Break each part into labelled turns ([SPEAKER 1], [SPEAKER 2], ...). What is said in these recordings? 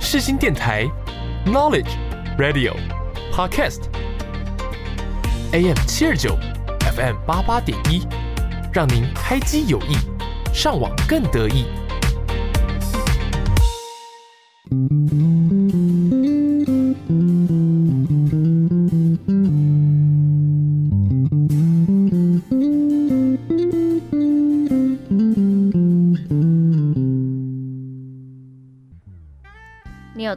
[SPEAKER 1] 世新电台 Knowledge Radio Podcast AM 七二九 FM 八八点一，让您开机有益，上网更得意。
[SPEAKER 2] 你有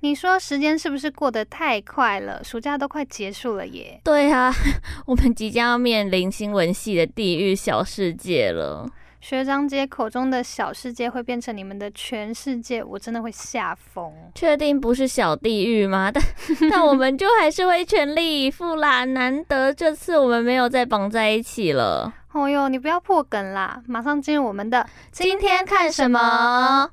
[SPEAKER 3] 你说时间是不是过得太快了？暑假都快结束了耶。
[SPEAKER 2] 对啊， 我们即将要面临新闻系的地狱小世界了。
[SPEAKER 3] 学长姐口中的小世界会变成你们的全世界，我真的会吓疯。
[SPEAKER 2] 确定不是小地狱吗？ 但但我们就还是会全力以赴啦。难得这次我们没有再绑在一起了。
[SPEAKER 3] 哦哟，你不要破梗啦，马上进入我们的
[SPEAKER 2] 今天看什么？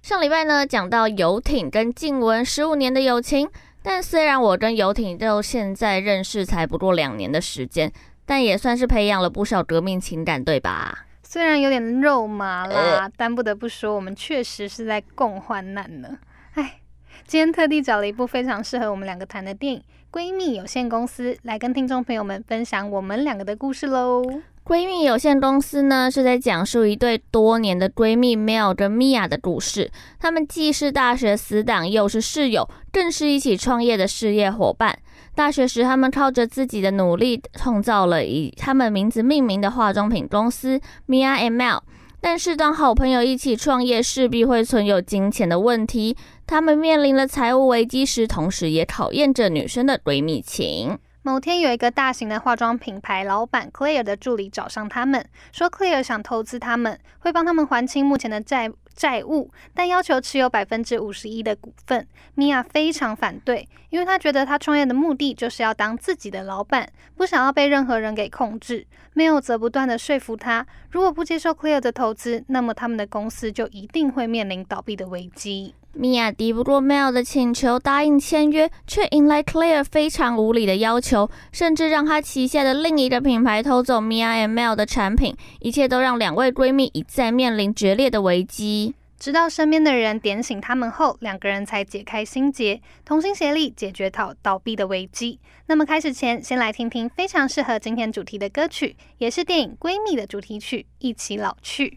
[SPEAKER 2] 上礼拜呢，讲到游艇跟静雯十五年的友情，但虽然我跟游艇到现在认识才不过两年的时间，但也算是培养了不少革命情感，对吧？
[SPEAKER 3] 虽然有点肉麻啦，但不得不说，我们确实是在共患难呢。哎，今天特地找了一部非常适合我们两个谈的电影《闺蜜有限公司》来跟听众朋友们分享我们两个的故事喽。
[SPEAKER 2] 闺蜜有限公司呢，是在讲述一对多年的闺蜜 Mel 跟 Mia 的故事。她们既是大学死党，又是室友，更是一起创业的事业伙伴。大学时，她们靠着自己的努力，创造了以她们名字命名的化妆品公司 Mia and Mel。但是，当好朋友一起创业，势必会存有金钱的问题。她们面临了财务危机时，同时也考验着女生的闺蜜情。
[SPEAKER 3] 某天，有一个大型的化妆品牌老板 Claire 的助理找上他们，说 Claire 想投资他们，会帮他们还清目前的债债务，但要求持有百分之五十一的股份。米娅非常反对，因为她觉得她创业的目的就是要当自己的老板，不想要被任何人给控制。没有则不断的说服她，如果不接受 Claire 的投资，那么他们的公司就一定会面临倒闭的危机。
[SPEAKER 2] 米娅敌不过 Mel 的请求，答应签约，却迎来 Claire 非常无理的要求，甚至让她旗下的另一个品牌偷走 Mia and Mel 的产品，一切都让两位闺蜜一再面临决裂的危机。
[SPEAKER 3] 直到身边的人点醒他们后，两个人才解开心结，同心协力解决倒倒闭的危机。那么开始前，先来听听非常适合今天主题的歌曲，也是电影《闺蜜》的主题曲《一起老去》。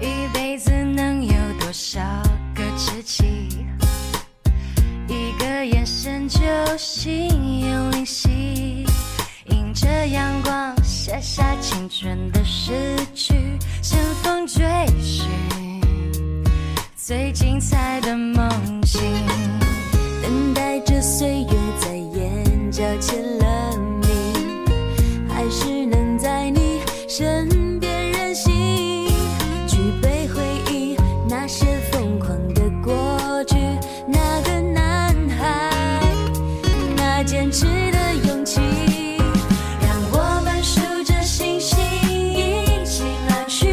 [SPEAKER 4] 一辈子能有多少个知己？一个眼神就心有灵犀，迎着阳光写下青春的诗句，乘风追寻最精彩的梦境。等待着岁月在眼角起了迷，还是能在你身边任性，举杯回忆那些疯狂的过去，那个男孩，那坚持的勇气。让我们数着星星一起老去，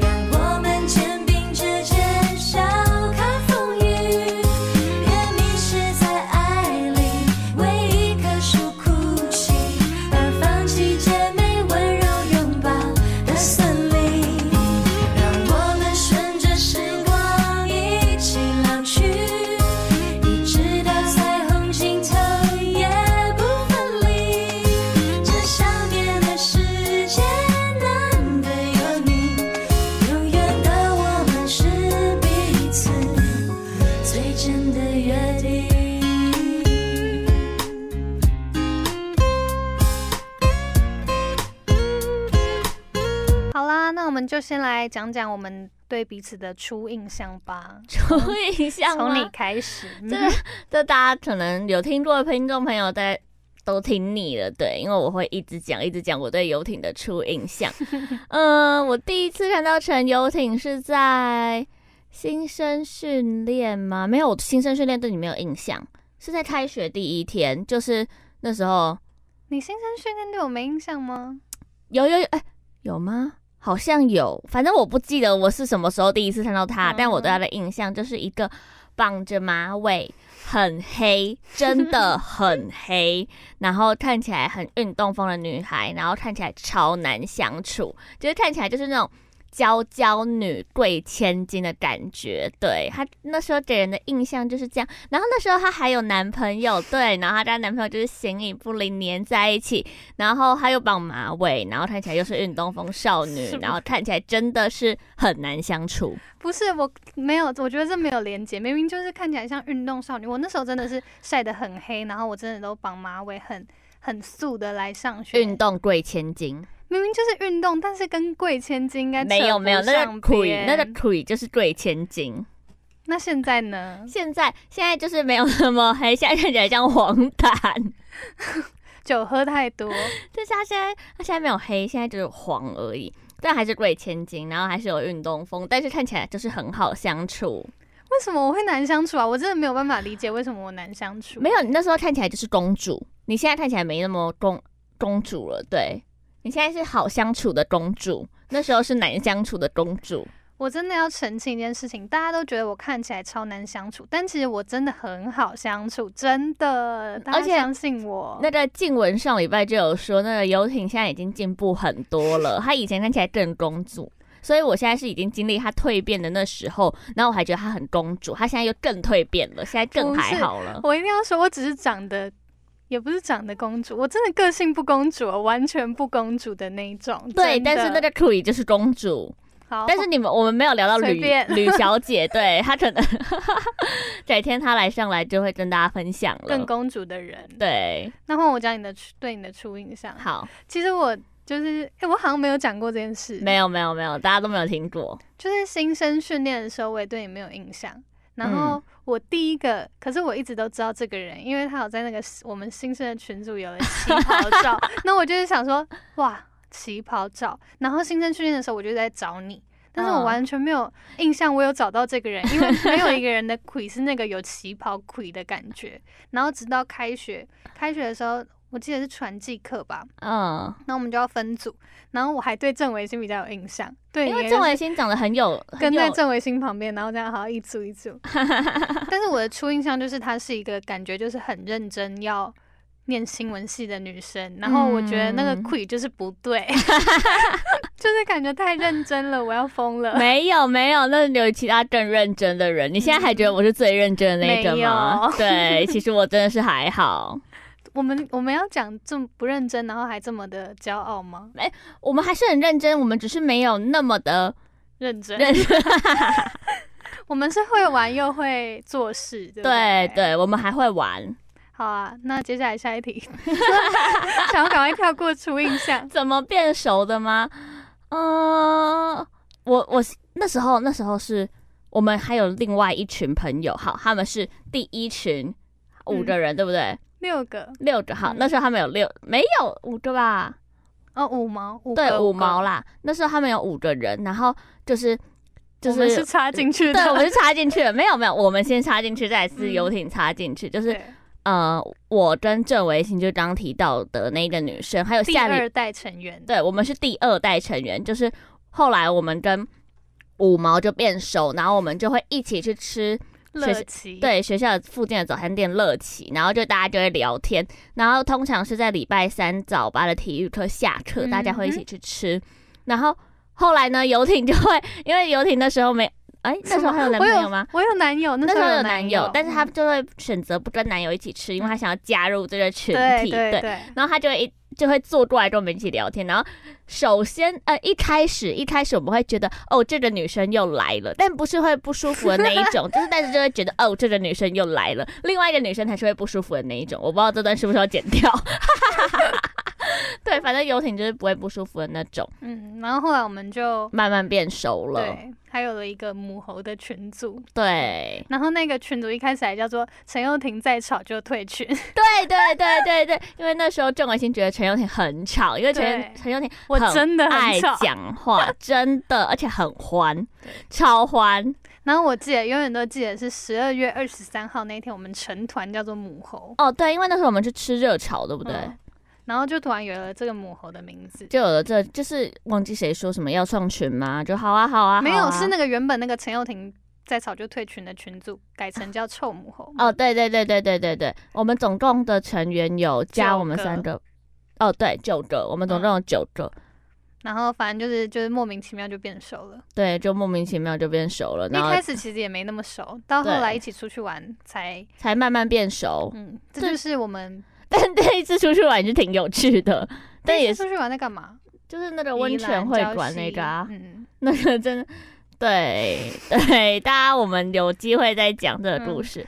[SPEAKER 4] 让我们肩并着肩笑看风雨。
[SPEAKER 3] 先来讲讲我们对彼此的初印象吧，
[SPEAKER 2] 初印象
[SPEAKER 3] 从你
[SPEAKER 2] 吗？
[SPEAKER 3] 开始。嗯
[SPEAKER 2] 这这大家可能有听过的听众朋友在都听腻了，对，因为我会一直讲一直讲我对游艇的初印象。嗯，我第一次看到陈游艇是在新生训练吗？没有，我新生训练对你没有印象，是在开学第一天，就是那时候
[SPEAKER 3] 你新生训练对我没印象吗？
[SPEAKER 2] 有有有，哎、有吗？好像有，反正我不记得我是什么时候第一次看到他，
[SPEAKER 3] 嗯
[SPEAKER 2] 但我对他的印象就是一个绑着马尾，很黑，真的很黑，然后看起来很运动风的女孩，然后看起来超难相处，就是看起来就是那种。娇娇女贵千金的感觉，对她那时候给人的印象就是这样。然后那时候她还有男朋友，对，然后她跟她男朋友就是形影不离，黏在一起。然后她又绑马尾，然后看起来又是运动风少女
[SPEAKER 3] 是，吗
[SPEAKER 2] 然后看起来真的是很难相处。
[SPEAKER 3] 不是，我没有，我觉得这没有连接，明明就是看起来像运动少女。我那时候真的是晒得很黑，然后我真的都绑马尾很，很素的来上学。
[SPEAKER 2] 运动贵千金，
[SPEAKER 3] 明明就是运动，但是跟贵千金应该
[SPEAKER 2] 没有没有，那个
[SPEAKER 3] 苦
[SPEAKER 2] 腿那个腿就是贵千金。
[SPEAKER 3] 那现在呢？
[SPEAKER 2] 现在现在就是没有那么黑，现在看起来像黄疸，
[SPEAKER 3] 酒喝太多，
[SPEAKER 2] 就是他现在他现在没有黑，现在就是黄而已。但还是贵千金，然后还是有运动风，但是看起来就是很好相处。
[SPEAKER 3] 为什么我会难相处啊？我真的没有办法理解为什么我难相处。
[SPEAKER 2] 没有，你那时候看起来就是公主，你现在看起来没那么公公主了。对你现在是好相处的公主，那时候是难相处的公主。
[SPEAKER 3] 我真的要澄清一件事情，大家都觉得我看起来超难相处，但其实我真的很好相处，真的，大
[SPEAKER 2] 而
[SPEAKER 3] 家
[SPEAKER 2] 且
[SPEAKER 3] 相信我。
[SPEAKER 2] 那个静雯上礼拜就有说，那个游艇现在已经进步很多了，她以前看起来更公主。所以我现在是已经经历她蜕变的那时候，然后我还觉得她很公主，她现在又更蜕变了，现在更
[SPEAKER 3] 不
[SPEAKER 2] 还
[SPEAKER 3] 是
[SPEAKER 2] 好了。
[SPEAKER 3] 我一定要说，我只是长得，也不是长得公主，我真的个性不公主，完全不公主的那一种。
[SPEAKER 2] 对，
[SPEAKER 3] 真的
[SPEAKER 2] 但是那个 c r 就是公主，
[SPEAKER 3] 好，
[SPEAKER 2] 但是你们我们没有聊到
[SPEAKER 3] 随
[SPEAKER 2] 吕
[SPEAKER 3] 便
[SPEAKER 2] 吕小姐，对她可能 改天她来上来就会跟大家分享
[SPEAKER 3] 更
[SPEAKER 2] 了。
[SPEAKER 3] 公主的人。，
[SPEAKER 2] 对，
[SPEAKER 3] 那换我讲你的初对你的初印象。，
[SPEAKER 2] 好，
[SPEAKER 3] 其实我就是，哎、我好像没有讲过这件事，
[SPEAKER 2] 没有没有没有，大家都没有听过，
[SPEAKER 3] 就是新生训练的时候，我也对你没有印象。然后
[SPEAKER 2] 嗯
[SPEAKER 3] 我第一个，可是我一直都知道这个人，因为他有在那个我们新生的群组有了旗袍 照。那我就是想说，哇，旗袍照。然后新生训练的时候，我就在找你，但是我
[SPEAKER 2] 嗯
[SPEAKER 3] 完全没有印象，我有找到这个人，因 为没有一个人的魁是那个有旗袍魁的感觉。然后直到开学，开学的时候，我记得是传记课吧，
[SPEAKER 2] 嗯，
[SPEAKER 3] 那我们就要分组，然后我还对郑维新比较有印象，对，
[SPEAKER 2] 因
[SPEAKER 3] 你
[SPEAKER 2] 为
[SPEAKER 3] 也
[SPEAKER 2] 郑
[SPEAKER 3] 是
[SPEAKER 2] 维新长得很有，很
[SPEAKER 3] 跟在
[SPEAKER 2] 有
[SPEAKER 3] 郑维新旁边，然后这样好好一组 一组。但是我的初印象就是她是一个感觉就是很认真要念新闻系的女生，然后我觉得那个
[SPEAKER 2] 嗯
[SPEAKER 3] que 就是不 对， 就是感觉太认真了，我要疯了。
[SPEAKER 2] 没有没有，那有其他更认真的人，你现在还觉得我是最认真的那个吗？对，其实我真的是还 好，
[SPEAKER 3] 我们我们要讲这么不认真，然后还这么的骄傲吗？
[SPEAKER 2] 我们还是很认真，我们只是没有那么的
[SPEAKER 3] 认真，
[SPEAKER 2] 认真。
[SPEAKER 3] 我们是会玩又会做事，
[SPEAKER 2] 对
[SPEAKER 3] 对不对
[SPEAKER 2] 对，我们还会玩，
[SPEAKER 3] 好啊，那接下来下 一题， 想要赶快跳过初印象。
[SPEAKER 2] 怎么变熟的吗？嗯、我我是那时候那时候是我们还有另外一群朋友，好，他们是第一群五个人，对不对？
[SPEAKER 3] 六个
[SPEAKER 2] 六个好，
[SPEAKER 3] 嗯
[SPEAKER 2] 那时候他们有六，没有五个吧？
[SPEAKER 3] 哦，五毛，五
[SPEAKER 2] 对，
[SPEAKER 3] 个
[SPEAKER 2] 五毛，啦。那时候他们有五个人，然后就是
[SPEAKER 3] 个
[SPEAKER 2] 就
[SPEAKER 3] 我们是插进去的，
[SPEAKER 2] 对，我们是插进去了，没有没有，我们先插进去，再来是
[SPEAKER 3] 嗯
[SPEAKER 2] 游艇插进去，就是
[SPEAKER 3] 对
[SPEAKER 2] 呃，我跟郑维新就刚提到的那个女生，还有
[SPEAKER 3] 第
[SPEAKER 2] 夏礼
[SPEAKER 3] 二代成员，
[SPEAKER 2] 对，我们是第二代成员，就是后来我们跟五毛就变熟，然后我们就会一起去吃
[SPEAKER 3] 乐琪，，
[SPEAKER 2] 对学校附近的早餐店乐奇，然后就大家就会聊天，然后通常是在礼拜三早八的体育课下
[SPEAKER 3] 嗯
[SPEAKER 2] 课，大家会一起去吃，然后后来呢，游艇就会因为游艇那时候没。哎，那时候还有男
[SPEAKER 3] 我
[SPEAKER 2] 朋
[SPEAKER 3] 有
[SPEAKER 2] 友吗？
[SPEAKER 3] 我有男友，那
[SPEAKER 2] 那时候有
[SPEAKER 3] 男
[SPEAKER 2] 男友，但是他
[SPEAKER 3] 嗯
[SPEAKER 2] 就会选择不跟男友一起吃，因为他想要加入这个群
[SPEAKER 3] 对
[SPEAKER 2] 体。
[SPEAKER 3] 对对，
[SPEAKER 2] 然后他就会一就会坐过来跟我们一起聊天。然后首先呃一开始一开始我们会觉得哦这个女生又来了，但不是会不舒服的那一种，就是但是就会觉得哦这个女生又来了，另外一个女生才是会不舒服的那一种。我不知道这段是不是要剪掉。 对，反正游艇就是不会不舒服的那种，
[SPEAKER 3] 嗯，然后后来我们就
[SPEAKER 2] 慢慢变熟了。
[SPEAKER 3] 对，还有了一个母猴的群组，
[SPEAKER 2] 对，
[SPEAKER 3] 然后那个群组一开始还叫做陈又廷再吵就 退群，
[SPEAKER 2] 对，对，对，对，对，因为那时候郑伟星觉得陈友婷很吵，因为陈
[SPEAKER 3] 对
[SPEAKER 2] 陈友婷
[SPEAKER 3] 我
[SPEAKER 2] 很
[SPEAKER 3] 真的
[SPEAKER 2] 爱
[SPEAKER 3] 很吵。
[SPEAKER 2] 讲话， 真的，而且很欢，超欢。
[SPEAKER 3] 然后我记得永远都记得是十二月二十三号那天，我们成团叫做母猴，
[SPEAKER 2] 哦，对，因为那时候我们去吃热炒，对不对？
[SPEAKER 3] 嗯然后就突然有了这个母猴的名字。
[SPEAKER 2] 就有了这，就是忘记谁说什么要创群吗？就好啊，好啊，
[SPEAKER 3] 没有，
[SPEAKER 2] 好啊
[SPEAKER 3] 是那个原本那个陈又廷在草就退群的群组改 成叫臭母猴。
[SPEAKER 2] 哦，，对对对对对对对，我们总共的成员有加
[SPEAKER 3] 九
[SPEAKER 2] 我们三
[SPEAKER 3] 个
[SPEAKER 2] 个，哦，对，九个，我们总共有九个，
[SPEAKER 3] 嗯然后反正就是就是莫名其妙就变熟了。
[SPEAKER 2] 对，就莫名其妙就变熟了，
[SPEAKER 3] 一
[SPEAKER 2] 然后
[SPEAKER 3] 开始其实也没那么熟，到后
[SPEAKER 2] 对
[SPEAKER 3] 来一起出去玩才，
[SPEAKER 2] 才慢慢变熟。
[SPEAKER 3] 嗯，这
[SPEAKER 2] 对
[SPEAKER 3] 就是我们
[SPEAKER 2] 但这一次出去玩也是挺有趣的，但
[SPEAKER 3] 第一
[SPEAKER 2] 也
[SPEAKER 3] 次
[SPEAKER 2] 是
[SPEAKER 3] 出去玩在干嘛？
[SPEAKER 2] 就是那个温
[SPEAKER 3] 宜
[SPEAKER 2] 泉
[SPEAKER 3] 兰
[SPEAKER 2] 会
[SPEAKER 3] 礁
[SPEAKER 2] 馆那
[SPEAKER 3] 溪
[SPEAKER 2] 个啊，
[SPEAKER 3] 嗯，
[SPEAKER 2] 那个真的。对对，大家我们有机会再讲这个故
[SPEAKER 3] 嗯
[SPEAKER 2] 事。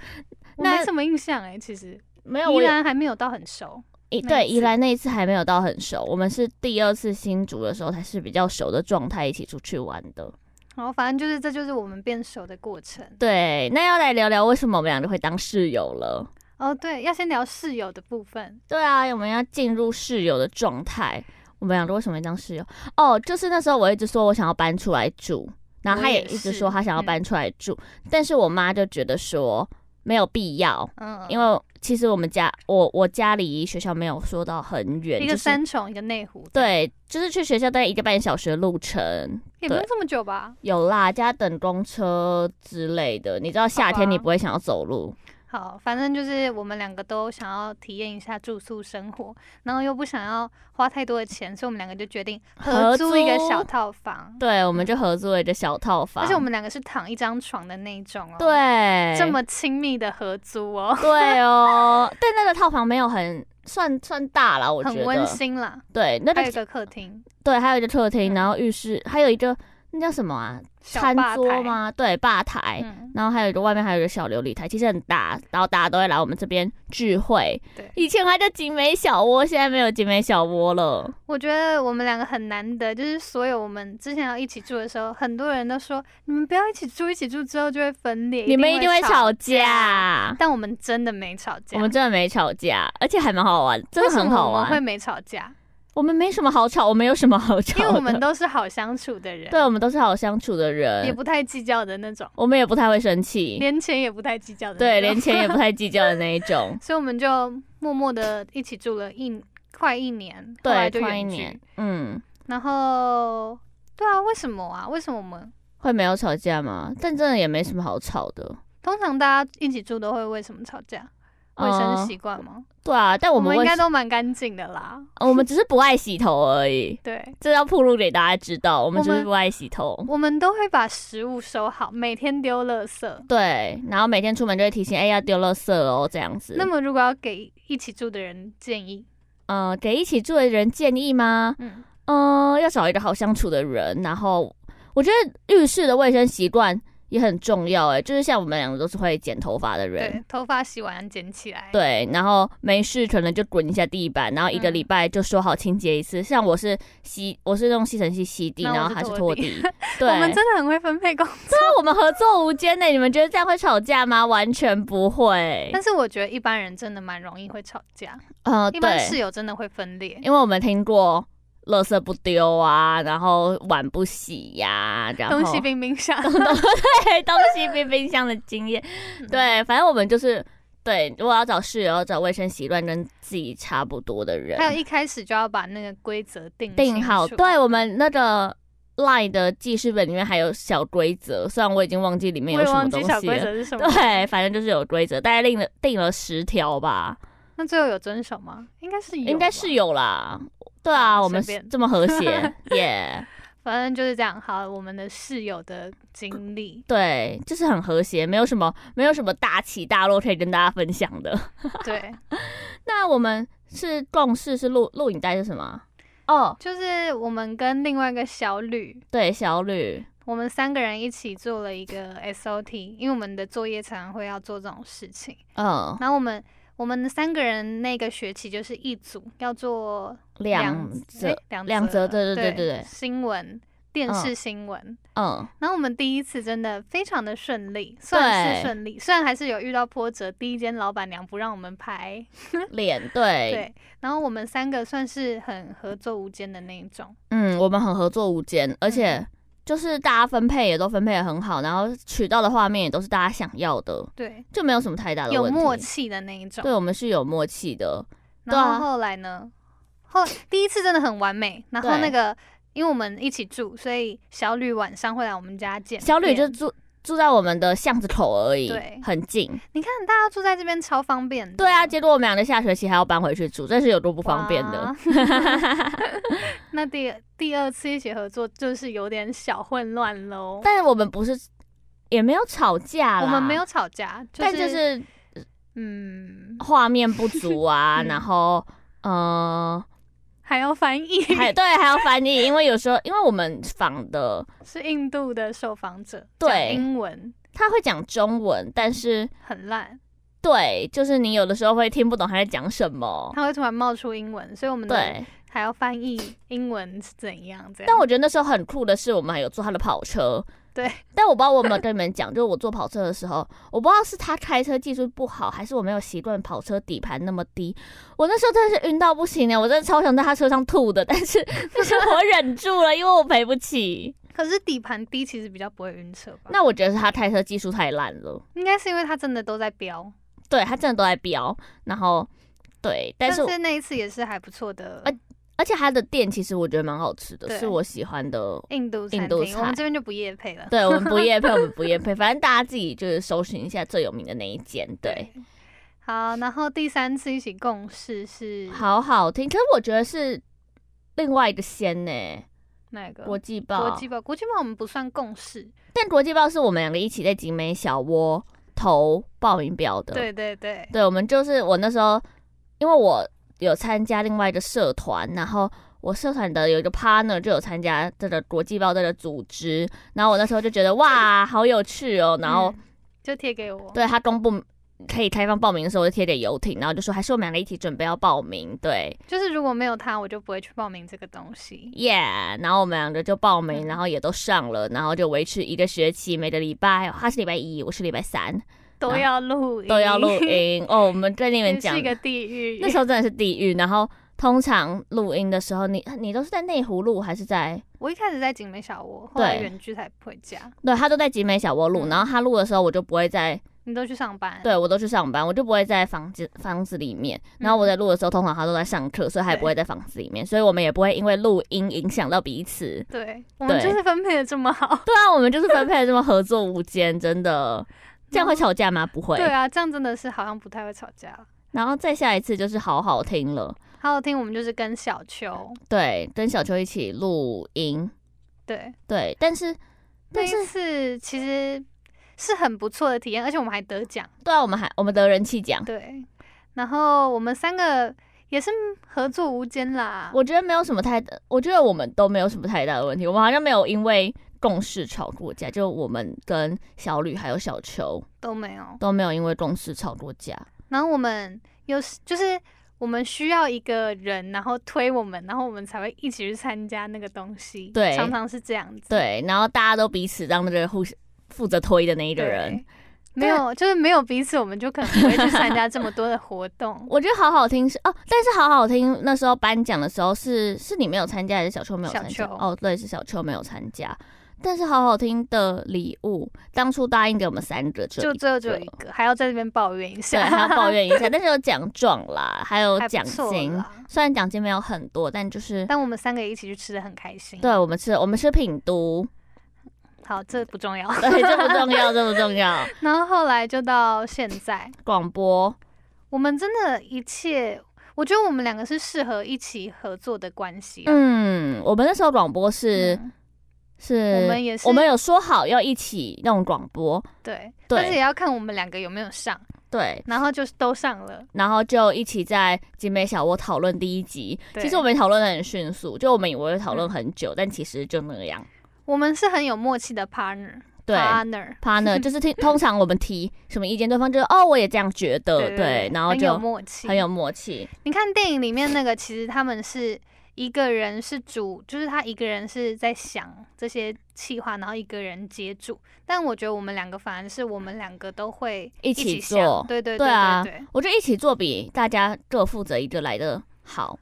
[SPEAKER 3] 我
[SPEAKER 2] 那
[SPEAKER 3] 没什么印象哎、其实
[SPEAKER 2] 没有，我
[SPEAKER 3] 依
[SPEAKER 2] 有
[SPEAKER 3] 然还没有到很熟。
[SPEAKER 2] 一
[SPEAKER 3] 那
[SPEAKER 2] 对
[SPEAKER 3] 一
[SPEAKER 2] 宜
[SPEAKER 3] 次
[SPEAKER 2] 兰那一次还没有到很熟，我们是第二次新竹的时候才是比较熟的状态一起出去玩的。
[SPEAKER 3] 然后反正就是这就是我们变熟的过程。
[SPEAKER 2] 对，那要来聊聊为什么我们两个会当室友了。
[SPEAKER 3] 哦，对，要先聊室友的部分。
[SPEAKER 2] 对啊，我们要进入室友的状态。我们两个为什么会当室友？哦，就是那时候我一直说我想要搬出来住，然后他
[SPEAKER 3] 我
[SPEAKER 2] 也
[SPEAKER 3] 也
[SPEAKER 2] 一直
[SPEAKER 3] 是
[SPEAKER 2] 说他想要
[SPEAKER 3] 嗯
[SPEAKER 2] 搬出来住，但是我妈就觉得说没有必要，
[SPEAKER 3] 嗯，
[SPEAKER 2] 因为其实我们家我我家离学校没有说到很远，
[SPEAKER 3] 一
[SPEAKER 2] 就
[SPEAKER 3] 个
[SPEAKER 2] 是
[SPEAKER 3] 三重，一个内湖，，
[SPEAKER 2] 对，就是去学校大概一个半小时的路程，
[SPEAKER 3] 也不用
[SPEAKER 2] 对
[SPEAKER 3] 这么久吧。
[SPEAKER 2] 有啦，加等公车之类的。你知道夏天
[SPEAKER 3] 好吧
[SPEAKER 2] 你不会想要走路，
[SPEAKER 3] 好，反正就是我们两个都想要体验一下住宿生活，然后又不想要花太多的钱，所以我们两个就决定合
[SPEAKER 2] 合
[SPEAKER 3] 租一个
[SPEAKER 2] 租
[SPEAKER 3] 小套房。
[SPEAKER 2] 对，我们就合租了一个小套房，
[SPEAKER 3] 而且我们两个是躺一张床的那一种哦，，
[SPEAKER 2] 对
[SPEAKER 3] 这么亲密的合租哦，
[SPEAKER 2] 对哦，但那个套房没有很算算大啦，我觉
[SPEAKER 3] 很
[SPEAKER 2] 得
[SPEAKER 3] 温馨啦。
[SPEAKER 2] 对，那
[SPEAKER 3] 还有一
[SPEAKER 2] 个
[SPEAKER 3] 个客厅，
[SPEAKER 2] 对，还有一个客厅，
[SPEAKER 3] 嗯
[SPEAKER 2] 然后浴室，还有一个那叫什么啊？
[SPEAKER 3] 小
[SPEAKER 2] 餐
[SPEAKER 3] 吧
[SPEAKER 2] 桌
[SPEAKER 3] 台？
[SPEAKER 2] 吗？对，吧台。
[SPEAKER 3] 嗯，
[SPEAKER 2] 然后还有一个外面还有一个小琉璃台，其实很大，然后大家都会来我们这边聚会。
[SPEAKER 3] 对
[SPEAKER 2] 以前还叫景美小窝，现在没有景美小窝了。
[SPEAKER 3] 我觉得我们两个很难得，就是所有我们之前要一起住的时候，很多人都说你们不要一起住，一起住之后就会分裂，
[SPEAKER 2] 你们一
[SPEAKER 3] 一
[SPEAKER 2] 定会吵
[SPEAKER 3] 吵。
[SPEAKER 2] 架，
[SPEAKER 3] 但我们真的没吵
[SPEAKER 2] 我
[SPEAKER 3] 架，
[SPEAKER 2] 们真的没吵架，而且还蛮好玩，真
[SPEAKER 3] 为
[SPEAKER 2] 的
[SPEAKER 3] 什
[SPEAKER 2] 很
[SPEAKER 3] 么
[SPEAKER 2] 好
[SPEAKER 3] 我们
[SPEAKER 2] 玩。
[SPEAKER 3] 会没吵架？
[SPEAKER 2] 我们没什么好吵，我们有什么好吵
[SPEAKER 3] 因
[SPEAKER 2] 的？
[SPEAKER 3] 为我们都是好相处的人，
[SPEAKER 2] 对，我们都是好相处的
[SPEAKER 3] 也
[SPEAKER 2] 人，
[SPEAKER 3] 不太计较的那种，
[SPEAKER 2] 我们也不太会生气，
[SPEAKER 3] 连钱也不太计较的那种，。
[SPEAKER 2] 对，连钱也不太计较的那一种
[SPEAKER 3] 所以我们就默默的一起住了一快一年，后来
[SPEAKER 2] 对，
[SPEAKER 3] 就
[SPEAKER 2] 快一
[SPEAKER 3] 远距
[SPEAKER 2] 年，嗯，
[SPEAKER 3] 然后对啊，为什么啊？为什么我们
[SPEAKER 2] 会没有吵架吗？但真的也没什么好吵的。
[SPEAKER 3] 通常大家一起住都会为什么吵架？卫生
[SPEAKER 2] 嗯
[SPEAKER 3] 习惯吗？
[SPEAKER 2] 对啊，但我
[SPEAKER 3] 我
[SPEAKER 2] 们
[SPEAKER 3] 们应
[SPEAKER 2] 卫
[SPEAKER 3] 该都蛮干净的啦。
[SPEAKER 2] 哦我们只是不爱洗头而已，
[SPEAKER 3] 对，
[SPEAKER 2] 这要铺路给大家知道，我们
[SPEAKER 3] 我
[SPEAKER 2] 只
[SPEAKER 3] 们
[SPEAKER 2] 是不爱洗头。
[SPEAKER 3] 我们都会把食物收好，每天丢垃圾。
[SPEAKER 2] 对，然后每天出门就会提醒，哎、要丢垃圾哦，这样子。
[SPEAKER 3] 那么，如果要给一起住的人建议，
[SPEAKER 2] 呃，给一起住的人建议吗？
[SPEAKER 3] 嗯，
[SPEAKER 2] 嗯，要找一个好相处的人，然后我觉得浴室的卫生习惯也很重要、诶，就是像我们两个都是会剪头发的人
[SPEAKER 3] 对，，头发洗完捡起来，
[SPEAKER 2] 对，然后没事可能就滚一下地板，然后一个
[SPEAKER 3] 嗯
[SPEAKER 2] 礼拜就说好清洁一次。像我是吸，我是用吸尘器吸地，
[SPEAKER 3] 那我
[SPEAKER 2] 然后
[SPEAKER 3] 是
[SPEAKER 2] 他是
[SPEAKER 3] 拖
[SPEAKER 2] 拖
[SPEAKER 3] 地
[SPEAKER 2] 地。 对，
[SPEAKER 3] 我们真的很会分配工作。
[SPEAKER 2] 那我们合作无间呢、你们觉得这样会吵架吗？完全不会。
[SPEAKER 3] 但是我觉得一般人真的蛮容易会吵架，
[SPEAKER 2] 呃，
[SPEAKER 3] 一般
[SPEAKER 2] 对，
[SPEAKER 3] 室友真的会分裂。
[SPEAKER 2] 因为我们听过。垃圾不丢啊，然后碗不洗呀、然后
[SPEAKER 3] 东西冰冰箱， 嗯
[SPEAKER 2] 对东西冰冰箱的经验。对，反正我们就是对，如果要找室友，要找卫生习惯跟自己差不多的人，
[SPEAKER 3] 还有一开始就要把那个规则定
[SPEAKER 2] 定
[SPEAKER 3] 清
[SPEAKER 2] 好。
[SPEAKER 3] 楚
[SPEAKER 2] 对我们那个 Line 的记事本里面还有小规则，虽然我已经忘记里面有
[SPEAKER 3] 我也
[SPEAKER 2] 什么
[SPEAKER 3] 忘记
[SPEAKER 2] 东
[SPEAKER 3] 小
[SPEAKER 2] 西
[SPEAKER 3] 规
[SPEAKER 2] 了。
[SPEAKER 3] 则是什么。
[SPEAKER 2] 对，反正就是有规则，大概定了定了十条吧，
[SPEAKER 3] 那最后有遵守吗？应该是有，
[SPEAKER 2] 应该是。有啦。对啊，
[SPEAKER 3] 嗯
[SPEAKER 2] 我们
[SPEAKER 3] 随便
[SPEAKER 2] 这么和谐， 耶、
[SPEAKER 3] 反正就是这样。好，我们的室友的经历，
[SPEAKER 2] 对，就是很和谐，没有什么没有什么大起大落可以跟大家分享的。
[SPEAKER 3] 对，
[SPEAKER 2] 那我们是共事是录录影带是什么？哦，
[SPEAKER 3] 就是我们跟另外一个小吕，
[SPEAKER 2] 对，小吕，
[SPEAKER 3] 我们三个人一起做了一个 SOT，因为我们的作业常常会要做这种事情。
[SPEAKER 2] 嗯，
[SPEAKER 3] 然后我们我们三个人那个学期就是一组，要做
[SPEAKER 2] 两
[SPEAKER 3] 则
[SPEAKER 2] 则
[SPEAKER 3] 诶两
[SPEAKER 2] 两则对对
[SPEAKER 3] 对
[SPEAKER 2] 对对对
[SPEAKER 3] 新闻电
[SPEAKER 2] 嗯
[SPEAKER 3] 视新闻。
[SPEAKER 2] 嗯，
[SPEAKER 3] 然后我们第一次真的非常的顺利，算是顺利，虽然还是有遇到波折。第一间老板娘不让我们拍，
[SPEAKER 2] 脸对，
[SPEAKER 3] 嗯对，然后我们三个算是很合作无间的那一种，
[SPEAKER 2] 嗯，我们很合作无间，而
[SPEAKER 3] 嗯
[SPEAKER 2] 且就是大家分配也都分配的很好，然后取到的画面也都是大家想要的，
[SPEAKER 3] 对，
[SPEAKER 2] 就没有什么太大的
[SPEAKER 3] 有
[SPEAKER 2] 问题。
[SPEAKER 3] 默契的那一种。
[SPEAKER 2] 对我们是有默契的，对
[SPEAKER 3] 然
[SPEAKER 2] 啊
[SPEAKER 3] 后后来呢？后来第一次真的很完美，然后
[SPEAKER 2] 对
[SPEAKER 3] 那个因为我们一起住，所以小吕晚上会来我们家见面。
[SPEAKER 2] 小吕就住住在我们的巷子口而已
[SPEAKER 3] 对，嗯
[SPEAKER 2] 很近。
[SPEAKER 3] 你看大家住在这边超方便的，
[SPEAKER 2] 对啊，结果我们两个下学期还要搬回去住，这是有多不方便的
[SPEAKER 3] 哇。那第第二次一起合作就是有点小混乱喽。
[SPEAKER 2] 但是我们不是也没有吵架啦，
[SPEAKER 3] 我们没有，吵架，就
[SPEAKER 2] 但
[SPEAKER 3] 是、
[SPEAKER 2] 就是
[SPEAKER 3] 嗯，
[SPEAKER 2] 画面不足啊，
[SPEAKER 3] 嗯
[SPEAKER 2] 然后嗯，
[SPEAKER 3] 还要翻译，
[SPEAKER 2] 还对还要翻译，因为有时候因为我们仿的
[SPEAKER 3] 是印度的受访者，
[SPEAKER 2] 对
[SPEAKER 3] 讲英文
[SPEAKER 2] 他会讲中文，但是
[SPEAKER 3] 很烂，
[SPEAKER 2] 对，就是你有的时候会听不懂他在讲什么。
[SPEAKER 3] 他会突然冒出英文，所以我们的
[SPEAKER 2] 对，
[SPEAKER 3] 还要翻译英文是怎样这样。
[SPEAKER 2] 但我觉得那时候很酷的是，我们还有坐他的跑车。
[SPEAKER 3] 对，
[SPEAKER 2] 但我不知道我有没有跟你们讲，就是我坐跑车的时候，我不知道是他开车技术不好，还是我没有习惯跑车底盘那么低。我那时候真的是晕到不行欸了，我真的超想在他车上吐的，但是 但是我忍住了，因为我赔不起。
[SPEAKER 3] 可是底盘低其实比较不会晕车吧？
[SPEAKER 2] 那我觉得是他开车技术太烂了，
[SPEAKER 3] 应该是因为他真的都在飙，
[SPEAKER 2] 对他真的都在飙，然后对，但是我
[SPEAKER 3] 是那一次也是还不错的
[SPEAKER 2] 呃而且他的店其实我觉得蛮好吃的，
[SPEAKER 3] 对
[SPEAKER 2] 是我喜欢的。
[SPEAKER 3] 印度餐
[SPEAKER 2] 印度
[SPEAKER 3] 厅，我们
[SPEAKER 2] 菜
[SPEAKER 3] 这边就不夜配了。
[SPEAKER 2] 对我们不夜配，我们不夜配，反正大家自己就是搜寻一下最有名的那一间，对。
[SPEAKER 3] 好，然后第三次一起共事是
[SPEAKER 2] 好好听，可是我觉得是另外一个仙呢、
[SPEAKER 3] 那个
[SPEAKER 2] 国际报，
[SPEAKER 3] 啊国际报，国际报我们不算共事，
[SPEAKER 2] 但国际报是我们两个一起在景美小窝投报名表的。，
[SPEAKER 3] 对对对，
[SPEAKER 2] 对，我们就是我那时候，因为我有参加另外一个社团，然后我社团的有一个 partner 就有参加这个国际报这个组织，然后我那时候就觉得哇，好有趣哦，然后
[SPEAKER 3] 嗯就贴给我，
[SPEAKER 2] 对他公布。可以开放报名的时候，我就贴给游艇，然后就说还是我们两个一起准备要报名，对，
[SPEAKER 3] 就是如果没有他，我就不会去报名这个东西。
[SPEAKER 2] 耶然后我们两个就报名，
[SPEAKER 3] 嗯
[SPEAKER 2] 然后也都上了，然后就维持一个学期，每个礼拜他是礼拜一，我是礼拜三，
[SPEAKER 3] 都要录音，
[SPEAKER 2] 都要 录音。哦，我们跟你们
[SPEAKER 3] 也
[SPEAKER 2] 讲
[SPEAKER 3] 是一，个地狱。
[SPEAKER 2] 那时候真的是地狱。然后通常录音的时候，你你都是在内湖录还是在？
[SPEAKER 3] 我一开始在景美小窝，后来
[SPEAKER 2] 对
[SPEAKER 3] 远距才回家，
[SPEAKER 2] 对他都在集美小窝录，
[SPEAKER 3] 嗯
[SPEAKER 2] 然后他录的时候我就不会在，
[SPEAKER 3] 你都去上班。
[SPEAKER 2] 对我都去上班，我就不会在房子房子里面。然
[SPEAKER 3] 嗯
[SPEAKER 2] 后我在录的时候，通常他都在上课，所以他也不会在房子里面，所以我们也不会因为录音影响到彼此。
[SPEAKER 3] 对，我们
[SPEAKER 2] 对
[SPEAKER 3] 就是分配的这么好。
[SPEAKER 2] 对啊，我们就是分配的这么合作无间，真的。 这样会吵架吗？不会。
[SPEAKER 3] 对啊，这样真的是好像不太会吵架了。
[SPEAKER 2] 然后再下一次就是好好听了，
[SPEAKER 3] 好好听，我们就是跟小秋，
[SPEAKER 2] 对，跟小秋一起录音，
[SPEAKER 3] 对，
[SPEAKER 2] 对。但是，
[SPEAKER 3] 那
[SPEAKER 2] 但是
[SPEAKER 3] 一，次其实是很不错的体验，而且我们还得奖。
[SPEAKER 2] 对啊，我们还我们得人气奖，
[SPEAKER 3] 对，然后我们三个也是合作无间啦。
[SPEAKER 2] 我觉得没有什么太，我觉得我们都没有什么太大的问题，我们好像没有因为共事吵过架，就我们跟小吕还有小秋
[SPEAKER 3] 都没有。
[SPEAKER 2] 都没有因为共事吵过架，
[SPEAKER 3] 然后我们有时就是我们需要一个人，然后推我们，然后我们才会一起去参加那个东西。
[SPEAKER 2] 对
[SPEAKER 3] 常常是这样子。
[SPEAKER 2] 对。然后大家都彼此当那个互负责推的那一个
[SPEAKER 3] 对，
[SPEAKER 2] 人，
[SPEAKER 3] 没有，就是没有彼此，我们就可能不会去参加这么多的活 动。
[SPEAKER 2] 我觉得好好听是哦，但是好好听那时候颁奖的时候是是你没有参加还是小秋没有参加？
[SPEAKER 3] 小秋
[SPEAKER 2] 哦，对，是小秋没有参加。但是好好听的礼物，当初答应给我们三个，
[SPEAKER 3] 就
[SPEAKER 2] 一
[SPEAKER 3] 最后只有一个，还要在这边抱怨一
[SPEAKER 2] 对，
[SPEAKER 3] 下，
[SPEAKER 2] 还要抱怨一下，但是有奖状啦，还有
[SPEAKER 3] 还不
[SPEAKER 2] 奖
[SPEAKER 3] 错
[SPEAKER 2] 金，
[SPEAKER 3] 啦
[SPEAKER 2] 虽然奖金没有很多，但就是
[SPEAKER 3] 但我们三个一起去吃的很开心。，
[SPEAKER 2] 对我们吃我们吃品都，
[SPEAKER 3] 好，这不重要。
[SPEAKER 2] 对，这不重 要，这不重要。
[SPEAKER 3] 然后后来就到现在，
[SPEAKER 2] 广播
[SPEAKER 3] 我们真的一切，我觉得我们两个是适合一起合作的关系啊。
[SPEAKER 2] 嗯，我们那时候广播是、
[SPEAKER 3] 嗯
[SPEAKER 2] 是，
[SPEAKER 3] 我们也是
[SPEAKER 2] 我们有说好要一起弄广播，
[SPEAKER 3] 对，
[SPEAKER 2] 对
[SPEAKER 3] 但是也要看我们两个有没有上，
[SPEAKER 2] 对，
[SPEAKER 3] 然后就是都上了，
[SPEAKER 2] 然后就一起在集美小窝讨论第一集。
[SPEAKER 3] 对
[SPEAKER 2] 其实我们讨论的很迅速，就我们以为会讨论很久，但其实就那样。
[SPEAKER 3] 我们是很有默契的 partner，
[SPEAKER 2] 对
[SPEAKER 3] partner，
[SPEAKER 2] partner，就是 听通常我们提什么意见，对方就哦我也这样觉得，对，然后
[SPEAKER 3] 很有
[SPEAKER 2] 就
[SPEAKER 3] 默契，
[SPEAKER 2] 很有默契，
[SPEAKER 3] 你看电影里面那个，其实他们是一个人是主，就是他一个人是在想这些企划，然后一个人接住。但我觉得我们两个反而是我们两个都会
[SPEAKER 2] 一
[SPEAKER 3] 起
[SPEAKER 2] 起
[SPEAKER 3] 想
[SPEAKER 2] 做
[SPEAKER 3] 对对
[SPEAKER 2] 对啊
[SPEAKER 3] 对对，
[SPEAKER 2] 我觉得一起做比大家各负责一个来的好，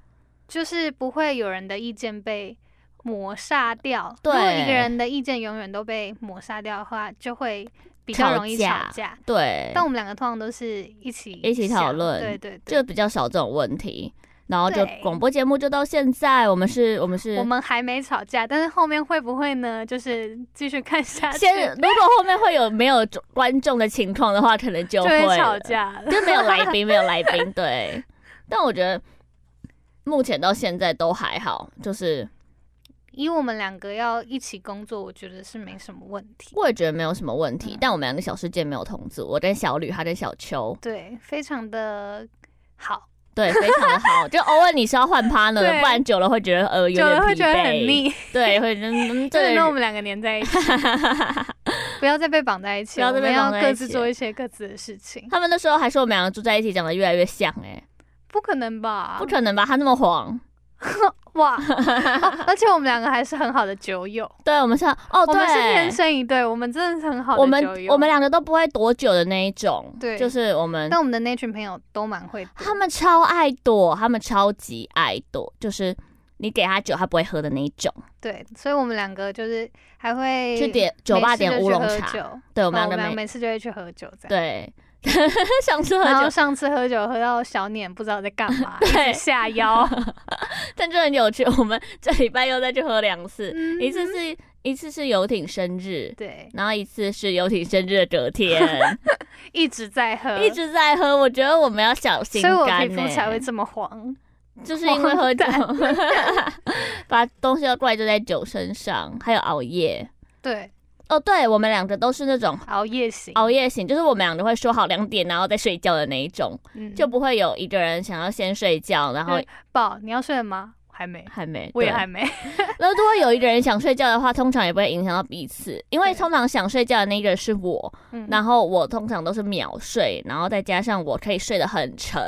[SPEAKER 3] 就是不会有人的意见被抹杀掉。
[SPEAKER 2] 对
[SPEAKER 3] 如果一个人的意见永远都被抹杀掉的话，就会比较
[SPEAKER 2] 吵
[SPEAKER 3] 容易
[SPEAKER 2] 架
[SPEAKER 3] 吵架。
[SPEAKER 2] 对
[SPEAKER 3] 但，我们两个通常都是一起
[SPEAKER 2] 一起
[SPEAKER 3] 想
[SPEAKER 2] 讨论
[SPEAKER 3] 对对对，
[SPEAKER 2] 就比较少这种问题。然后就
[SPEAKER 3] 对
[SPEAKER 2] 广播节目就到现在，我们是，我们是，
[SPEAKER 3] 我们还没吵架，但是后面会不会呢？就是 继续看下去，
[SPEAKER 2] 先，如果后面会有没有观众的情况的话，可能就
[SPEAKER 3] 就
[SPEAKER 2] 会
[SPEAKER 3] 会吵
[SPEAKER 2] 了
[SPEAKER 3] 架 了。
[SPEAKER 2] 就没有来宾，没有来宾，对。但我觉得目前到现在都还好，就是
[SPEAKER 3] 以我们两个要一起工作，我觉得是没什么问题。
[SPEAKER 2] 我也觉得没有什么问题。
[SPEAKER 3] 嗯
[SPEAKER 2] 但我们两个小世界没有同组，我跟小吕，他跟小秋，
[SPEAKER 3] 对，非常的好，
[SPEAKER 2] 对，非常的好。就偶尔你是要 换 partner，的
[SPEAKER 3] 对
[SPEAKER 2] 不然久了会觉得呃有
[SPEAKER 3] 久
[SPEAKER 2] 点
[SPEAKER 3] 了会
[SPEAKER 2] 疲
[SPEAKER 3] 觉得很
[SPEAKER 2] 惫，
[SPEAKER 3] 腻，
[SPEAKER 2] 对，会 嗯
[SPEAKER 3] 真的
[SPEAKER 2] 对
[SPEAKER 3] 让我们两个黏在一 起，不要再被绑在一起
[SPEAKER 2] 不要
[SPEAKER 3] 了，
[SPEAKER 2] 再
[SPEAKER 3] 我
[SPEAKER 2] 被
[SPEAKER 3] 们要
[SPEAKER 2] 绑在一
[SPEAKER 3] 各自
[SPEAKER 2] 起
[SPEAKER 3] 做一些各自的事情，
[SPEAKER 2] 他们那时候还说我们两个住在一起，长得越来越像哎、
[SPEAKER 3] 不可能吧？
[SPEAKER 2] 不可能吧？他那么黄，
[SPEAKER 3] 哇！而且我们两个还是很好的酒友，
[SPEAKER 2] 对我们像哦，
[SPEAKER 3] 我
[SPEAKER 2] 对，
[SPEAKER 3] 们是天生一对，我们真的是很好
[SPEAKER 2] 我
[SPEAKER 3] 的
[SPEAKER 2] 们
[SPEAKER 3] 酒友。
[SPEAKER 2] 我们两个都不会躲酒的那一种，
[SPEAKER 3] 对
[SPEAKER 2] 就是我们
[SPEAKER 3] 但我们的那群朋友都蛮会躲，
[SPEAKER 2] 他们超爱躲，他们超级爱躲，就是你给他酒他不会喝的那一种。
[SPEAKER 3] 对，所以我们两个就是还会
[SPEAKER 2] 去点
[SPEAKER 3] 没
[SPEAKER 2] 酒吧
[SPEAKER 3] 事
[SPEAKER 2] 点
[SPEAKER 3] 就去
[SPEAKER 2] 乌龙
[SPEAKER 3] 喝
[SPEAKER 2] 茶，
[SPEAKER 3] 酒哦
[SPEAKER 2] 对我
[SPEAKER 3] 我
[SPEAKER 2] 们两
[SPEAKER 3] 们
[SPEAKER 2] 个
[SPEAKER 3] 两个
[SPEAKER 2] 没
[SPEAKER 3] 每次就会去喝酒，这样。
[SPEAKER 2] 对， 想说
[SPEAKER 3] 然后
[SPEAKER 2] 喝酒，
[SPEAKER 3] 上次喝酒喝到小脸不知道在干 嘛，一
[SPEAKER 2] 对
[SPEAKER 3] 直下 腰，
[SPEAKER 2] 但就很有趣。我们这礼拜又再去喝两次，
[SPEAKER 3] 嗯
[SPEAKER 2] 一次是一次是游艇生日。
[SPEAKER 3] 对，
[SPEAKER 2] 然后一次是游艇生日的隔 天，
[SPEAKER 3] 一直在喝，
[SPEAKER 2] 一直在喝，我觉得我们要小心
[SPEAKER 3] 所以我
[SPEAKER 2] 肝欸
[SPEAKER 3] 皮
[SPEAKER 2] 呢、
[SPEAKER 3] 肤才会这么黄。
[SPEAKER 2] 就是因为喝酒
[SPEAKER 3] 荒，
[SPEAKER 2] 把东西都怪罪在酒身上，还有熬夜。
[SPEAKER 3] 对，
[SPEAKER 2] 哦，对，我们两个都是那种
[SPEAKER 3] 熬夜型，
[SPEAKER 2] 熬夜型，就是我们两个会说好两点，然后再睡觉的那一种，
[SPEAKER 3] 嗯
[SPEAKER 2] 就不会有一个人想要先睡觉，然后
[SPEAKER 3] 对宝，你要睡了吗？我还没，
[SPEAKER 2] 还没，
[SPEAKER 3] 我也
[SPEAKER 2] 对
[SPEAKER 3] 还。没。
[SPEAKER 2] 然后如果有一个人想睡觉的话，通常也不会影响到彼此，因为
[SPEAKER 3] 对
[SPEAKER 2] 通常想睡觉的那个人是我，
[SPEAKER 3] 嗯
[SPEAKER 2] 然后我通常都是秒睡，然后再加上我可以睡得很沉，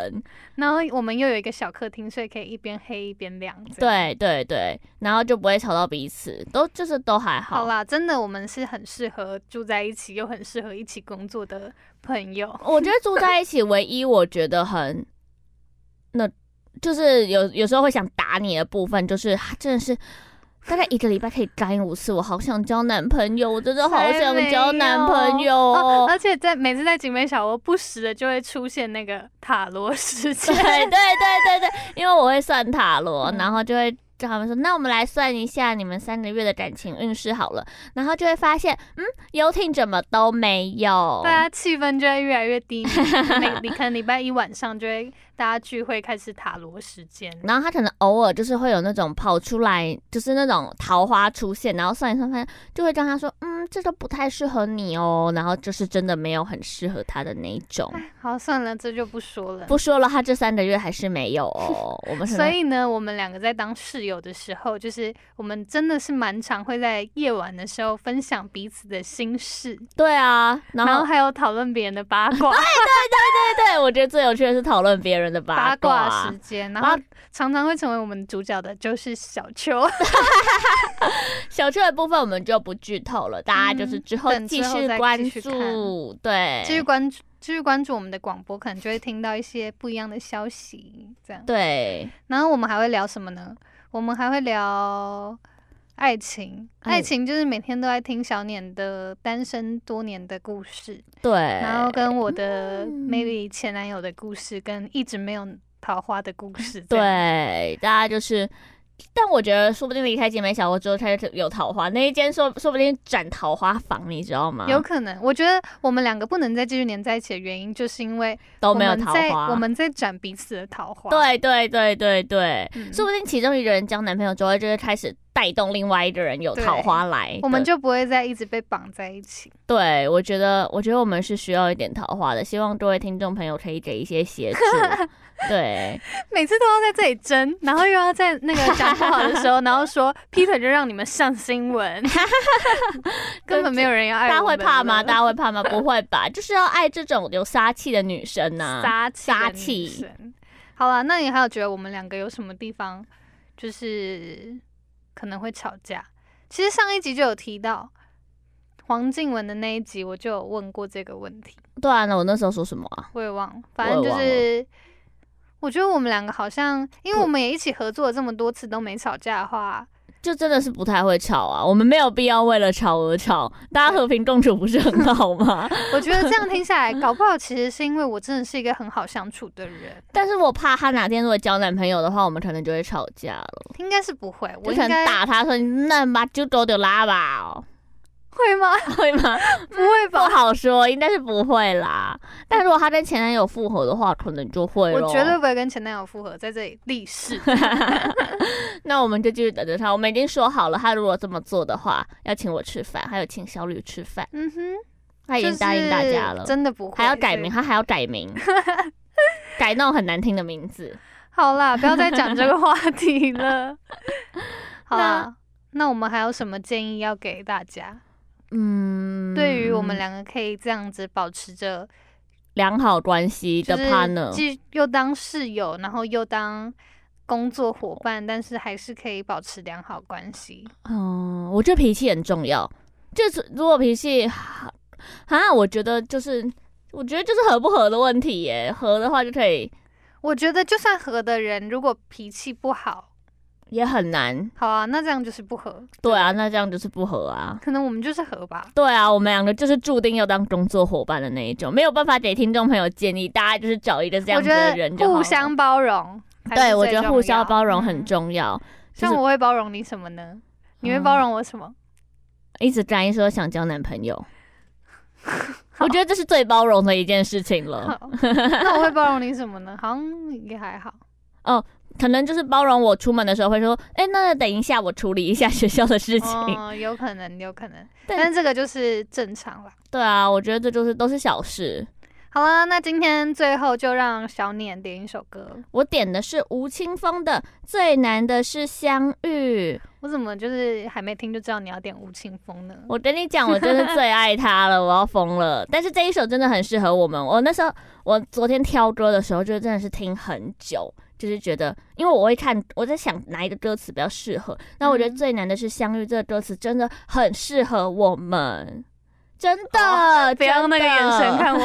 [SPEAKER 3] 然后我们又有一个小客厅，所以可以一边黑一边亮。这样，
[SPEAKER 2] 对对对，然后就不会吵到彼此，都就是都还
[SPEAKER 3] 好
[SPEAKER 2] 好。
[SPEAKER 3] 啦，真的我们是很适合住在一起，又很适合一起工作的朋友。
[SPEAKER 2] 我觉得住在一起，唯一我觉得很，那就是有有时候会想打你的部分，就是啊真的是大概一个礼拜可以干五次，我好想交男朋友，我真的好想交男朋友
[SPEAKER 3] 哦
[SPEAKER 2] 哦。
[SPEAKER 3] 而且在每次在景美小窝，不时的就会出现那个塔罗 事
[SPEAKER 2] 对
[SPEAKER 3] 件。
[SPEAKER 2] 对对对对，因为我会算塔罗，
[SPEAKER 3] 嗯
[SPEAKER 2] 然后就会。叫他们说，那我们来算一下你们三个月的感情运势好了，然后就会发现，嗯，游艇怎么都没有。
[SPEAKER 3] 大家气氛就会越来越低迷。每你可能礼拜一晚上就会大家聚会开始塔罗时间，
[SPEAKER 2] 然后他可能偶尔就是会有那种跑出来，就是那种桃花出现，然后算一算，发现就会跟他说，嗯，这个不太适合你哦，然后就是真的没有很适合他的那一种。
[SPEAKER 3] 好，算了，这就不说了。
[SPEAKER 2] 不说了，他这三个月还是没有哦。我们可能
[SPEAKER 3] 所以呢，我们两个在当室友的时候，就是我们真的是蛮常会在夜晚的时候分享彼此的心事，
[SPEAKER 2] 对啊，然
[SPEAKER 3] 然
[SPEAKER 2] 后
[SPEAKER 3] 后还有讨论别人的八卦
[SPEAKER 2] 对对，我觉得最有趣的是讨论别人的
[SPEAKER 3] 八
[SPEAKER 2] 八
[SPEAKER 3] 卦时间，然后常常会成为我们主角的就是小秋，
[SPEAKER 2] 小趣的部分我们就不剧透了，大家就是之后
[SPEAKER 3] 嗯等
[SPEAKER 2] 继
[SPEAKER 3] 之后
[SPEAKER 2] 续
[SPEAKER 3] 再
[SPEAKER 2] 关
[SPEAKER 3] 继续
[SPEAKER 2] 注。对，
[SPEAKER 3] 继续关注。继续关注我们的广播，可能就会听到一些不一样的消息，这样。
[SPEAKER 2] 对，
[SPEAKER 3] 然后我们还会聊什么呢？我们还会聊爱情，
[SPEAKER 2] 爱
[SPEAKER 3] 爱情就是每天都在听小念的单身多年的故事，
[SPEAKER 2] 对，
[SPEAKER 3] 然后跟我的
[SPEAKER 2] 嗯
[SPEAKER 3] maybe 前男友的故事，跟一直没有桃花的故事。这样，
[SPEAKER 2] 对，大家就是，但我觉得说不定离开姐妹小窝之后，他就有桃花。那一间说说不定展桃花房，你知道吗？
[SPEAKER 3] 有可能。我觉得我们两个不能再继续黏在一起的原因，就是因为
[SPEAKER 2] 都
[SPEAKER 3] 我
[SPEAKER 2] 没有
[SPEAKER 3] 们
[SPEAKER 2] 桃
[SPEAKER 3] 在
[SPEAKER 2] 花。
[SPEAKER 3] 我们在斩彼此的桃花。
[SPEAKER 2] 对对对对对，
[SPEAKER 3] 嗯
[SPEAKER 2] 说不定其中一个人交男朋友之后，就会开始带动另外一个人有
[SPEAKER 3] 对
[SPEAKER 2] 桃花来的。
[SPEAKER 3] 我们就不会再一直被绑在一起。
[SPEAKER 2] 对我觉得，我觉得我们是需要一点桃花的，希望各位听众朋友可以给一些协 助。对，
[SPEAKER 3] 每次都要在这里争，然后又要在那个讲不好的时候，然后说 Peter 就让你们上新闻， 根本没有人要爱
[SPEAKER 2] 大家
[SPEAKER 3] 我
[SPEAKER 2] 会
[SPEAKER 3] 们
[SPEAKER 2] 怕吗？
[SPEAKER 3] 了
[SPEAKER 2] 大家会 怕吗？不会吧，就是要爱这种有杀气的女生呐、
[SPEAKER 3] 杀气的
[SPEAKER 2] 杀
[SPEAKER 3] 女
[SPEAKER 2] 气
[SPEAKER 3] 生。好了，那你还有觉得我们两个有什么地方就是可能会吵架？其实上一集就有提到黄静雯的那一集，我就有问过这个问题，
[SPEAKER 2] 对啊，那我那时候说什么啊？
[SPEAKER 3] 我也忘了，反正就
[SPEAKER 2] 我
[SPEAKER 3] 是。我觉得我们两个好像，因为
[SPEAKER 2] 不
[SPEAKER 3] 我们也一起合作了这么多次都没吵架的话，
[SPEAKER 2] 就真的是不太会吵啊，我们没有必要为了吵而吵，大家和平共处不是很好 吗？
[SPEAKER 3] 我觉得这样听 下来，搞不好其实是因为我真的是一个很好相处的人，
[SPEAKER 2] 但是我怕她哪天如果交男朋友的话，我们可能就会吵架了。
[SPEAKER 3] 应该是不会。
[SPEAKER 2] 我
[SPEAKER 3] 我
[SPEAKER 2] 可
[SPEAKER 3] 应
[SPEAKER 2] 能
[SPEAKER 3] 该
[SPEAKER 2] 打她说：“你那把就狗丢拉吧、哦，
[SPEAKER 3] 会 吗？
[SPEAKER 2] 会吗？”
[SPEAKER 3] 不会
[SPEAKER 2] 不
[SPEAKER 3] 吧？
[SPEAKER 2] 好说，应该是不会啦。但如果她跟前男友复合的话，可能就会
[SPEAKER 3] 我
[SPEAKER 2] 咯
[SPEAKER 3] 绝对不会跟前男友复合，在这里立誓。
[SPEAKER 2] 那我们就继续等着他。我们已经说好了，他如果这么做的话，要请我吃饭，还有请小吕吃饭，
[SPEAKER 3] 嗯哼，
[SPEAKER 2] 他已经答应大家
[SPEAKER 3] 就
[SPEAKER 2] 了
[SPEAKER 3] 是。真的不会，
[SPEAKER 2] 还要改名，
[SPEAKER 3] 所以
[SPEAKER 2] 他还要改 名，改那种很难听的名字。
[SPEAKER 3] 好啦，不要再讲这个话 题了。好啦，那我们还有什么建议要给大家？
[SPEAKER 2] 嗯，
[SPEAKER 3] 对于我们两个可以这样子保持着
[SPEAKER 2] 良好关系
[SPEAKER 3] 就
[SPEAKER 2] 的
[SPEAKER 3] 是
[SPEAKER 2] partner，、
[SPEAKER 3] 既又当室友，然后又当工作伙伴，但是还是可以保持良好关系。
[SPEAKER 2] 嗯，我觉得脾气很重要。就是如果脾气好啊，我觉得就是，我觉得就是合不合的问题耶。合的话就可以，
[SPEAKER 3] 我觉得就算合的人，如果脾气不好，
[SPEAKER 2] 也很难。
[SPEAKER 3] 好啊，那这样就是不合。
[SPEAKER 2] 对啊，那这样就是不合啊。
[SPEAKER 3] 可能我们就是合吧。
[SPEAKER 2] 对啊，我们两个就是注定要当工作伙伴的那一种，没有办法给听众朋友建议，大家就是找一个这样
[SPEAKER 3] 我
[SPEAKER 2] 子
[SPEAKER 3] 觉
[SPEAKER 2] 的人就
[SPEAKER 3] 得
[SPEAKER 2] 好了
[SPEAKER 3] 互相包容才是最重
[SPEAKER 2] 对，
[SPEAKER 3] 要，
[SPEAKER 2] 我觉得互相包容很
[SPEAKER 3] 嗯。
[SPEAKER 2] 重要。就是嗯
[SPEAKER 3] 像我会包容你什么呢？你会包容我什么？
[SPEAKER 2] 一直干说想交男朋友，我觉得这是最包容的一件事情了。
[SPEAKER 3] 好那我会包容你什么呢？好像也还好。
[SPEAKER 2] 可能就是包容我出门的时候会说，哎、那等一下我处理一下学校的事情。
[SPEAKER 3] 嗯，有可能，有可能，
[SPEAKER 2] 但
[SPEAKER 3] 但是这个就是正常啦。
[SPEAKER 2] 对啊，我觉得这就是都是小事。
[SPEAKER 3] 好了，那今天最后就让小念点一首歌。
[SPEAKER 2] 我点的是吴青峰的《最难的是相遇》。
[SPEAKER 3] 我怎么就是还没听就知道你要点吴青峰呢？
[SPEAKER 2] 我跟你讲，我真是最爱他了，我要疯了。但是这一首真的很适合我们。我那时候，我昨天挑歌的时候，就真的是听很久，就是觉得，因为我会看，我在想哪一个歌词比较适合。那我觉得
[SPEAKER 3] 嗯
[SPEAKER 2] 最难的是《相遇》这个歌词，真的很适合我们，真的。
[SPEAKER 3] 哦不要用那个
[SPEAKER 2] 真的
[SPEAKER 3] 眼神。 看我。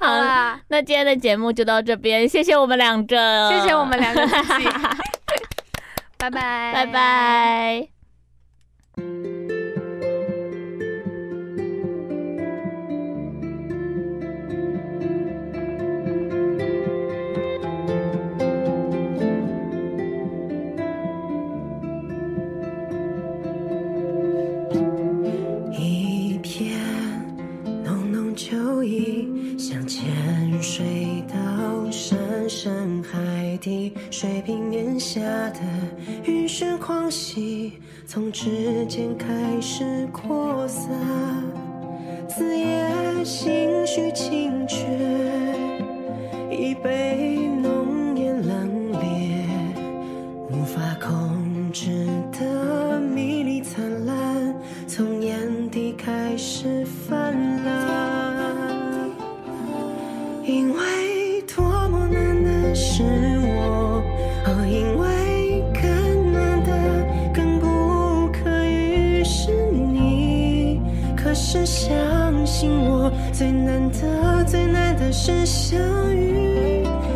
[SPEAKER 3] 好啦，
[SPEAKER 2] 那今天的节目就到这边，谢谢我们两个，
[SPEAKER 3] 谢谢我，们两个自己，拜拜，
[SPEAKER 2] 拜。拜。
[SPEAKER 4] 一片浓浓秋意，像潜水到深深海底，水平面下的雨是狂喜，从指尖开始扩散，子夜心绪清绝，已被浓烟冷冽。无法控制的迷离灿烂，从眼底开始泛滥。因为多么难的是我，哦，因为更难的、更不可遇是你。可是相信我，最难的、最难的是相遇。啊